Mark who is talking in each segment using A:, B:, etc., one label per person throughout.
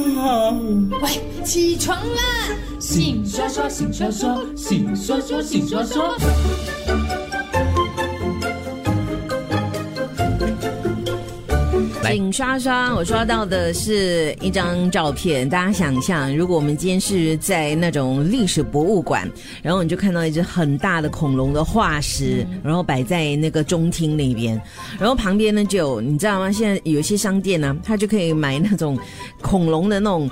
A: 喂，起床啦！醒刷刷，醒刷刷，
B: 醒刷刷，醒刷刷。
C: 请刷刷，我刷到的是一张照片。大家想象，如果我们今天是在那种历史博物馆，然后你就看到一只很大的恐龙的化石，
A: 嗯
C: 然后摆在那个中厅那边，然后旁边呢就有，你知道吗？现在有一些商店呢、它就可以买那种恐龙的那种。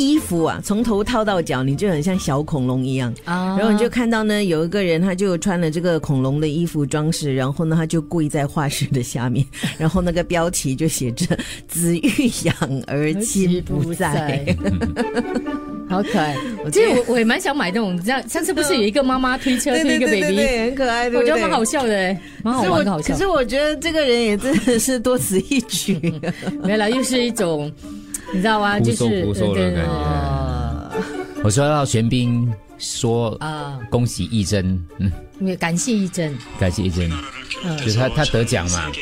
C: 衣服啊，从头套到脚，你就很像小恐龙一样。
A: 啊
C: 然后你就看到呢，有一个人他就穿了这个恐龙的衣服装饰，然后呢他就跪在化石的 下面，然后那个标题就写着“子欲养而亲不在”，
A: 好可爱。
C: 我
A: 其
C: 觉
A: 实
C: 得
A: 我我也蛮想买那种，你知道上次不是有一个妈妈推车
C: 对
A: 推一
C: 对
A: 个
C: 对对
A: baby，
C: 对，很可爱，对
A: 我
C: 不
A: 觉
C: 对？
A: 得蛮好笑的，欸蛮好
C: 可是
A: 玩，
C: 我
A: 的，好笑
C: 可。是我觉得这个人也真的是多此一 举。
A: 没了，又是一种，你知道吗？就
B: 胡说
A: 是
B: 胡说的
A: 对
B: 感觉
A: 哦
B: 我收到玄彬说
A: 啊，
B: 恭喜一真，嗯，
A: 没有感谢一真，
B: 感谢一真，
A: 嗯
B: 就是他他得奖嘛，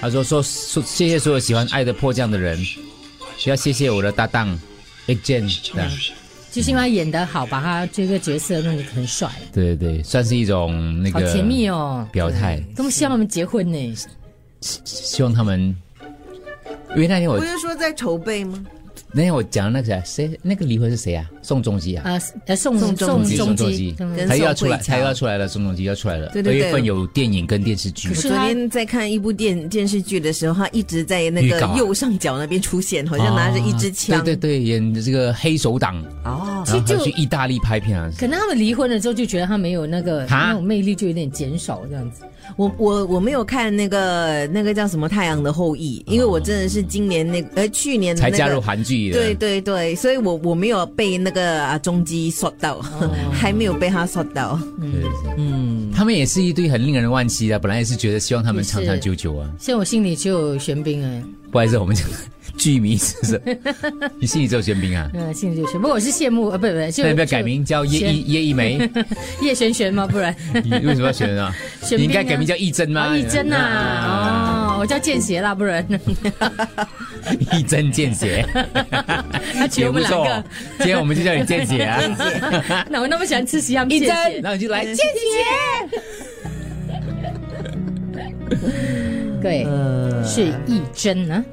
B: 他说说说谢谢所有喜欢《爱的迫降》的人，要谢谢我的搭档啊一真，这样
A: 就是因为他演的好，把他这个角色弄得很帅，
B: 对对对，算是一种那
A: 好
B: 个
A: 甜蜜哦。
B: 表态，
A: 他们希望他们结婚呢，
B: 希望他们。因为那天我
C: 是说在筹备吗？
B: 那天我讲的那个谁啊谁那个离婚是谁啊？宋仲基啊，
A: 啊，呃，宋
C: 宋仲基
A: 宋仲
B: 宋仲
A: 基
B: 基，
A: 嗯
C: 跟
B: 他又要出来，
C: 宋慧乔
B: 他又要出来了，宋仲基要出来了。
C: 对对对
B: 二月份有电影跟电视剧
A: 可，
C: 我
A: 是
C: 昨
A: 他
C: 天在看一部电电视剧的时候，他一直在那
B: 预告
C: 个
B: 啊
C: 右上角那边出现，好像拿着一支枪。
B: 啊对对对，演这个黑手党，
C: 哦，
B: 然后
A: 就
B: 他去意大利拍片啊。
A: 可能他们离婚了之后就觉得他没有那个
B: 哈
A: 那种魅力，就有点减少这样子。
C: 我我我没有看那个那个叫什么《太阳的后裔》，因为我真的是今年那个呃去年的
B: 才
C: 那个
B: 加入韩剧的，
C: 对对对，所以我我没有被那个啊中基刷到，
B: 哦
C: 还没有被他刷到。
B: 对，嗯，他们也是一对很令人惋惜的。本来也是觉得希望他们长长久久啊，
A: 现在我心里只有玄彬哎，
B: 不好意思，我们讲剧迷是不是？你心里只有玄彬啊？
A: 嗯，心里就有玄。不过我是羡慕，呃，不不，就
B: 那要不要
A: 就
B: 改名叫叶一叶一梅？
A: 叶璇璇吗？不 然
B: 你为什么要选啊？
A: 玄彬啊
B: 你应该改名叫一真吗？
A: 啊，一真
B: 啊，
A: 啊，哦，我叫见血啦，不 然
B: 一真见血，
A: 他娶我们两
B: 也
A: 个
B: 不。错。今天我们就叫你见血啊，
A: 哪 我那么喜欢吃西洋
B: 一
A: 片？
B: 真，然后你就来见呃
A: 呃对，是一真啊。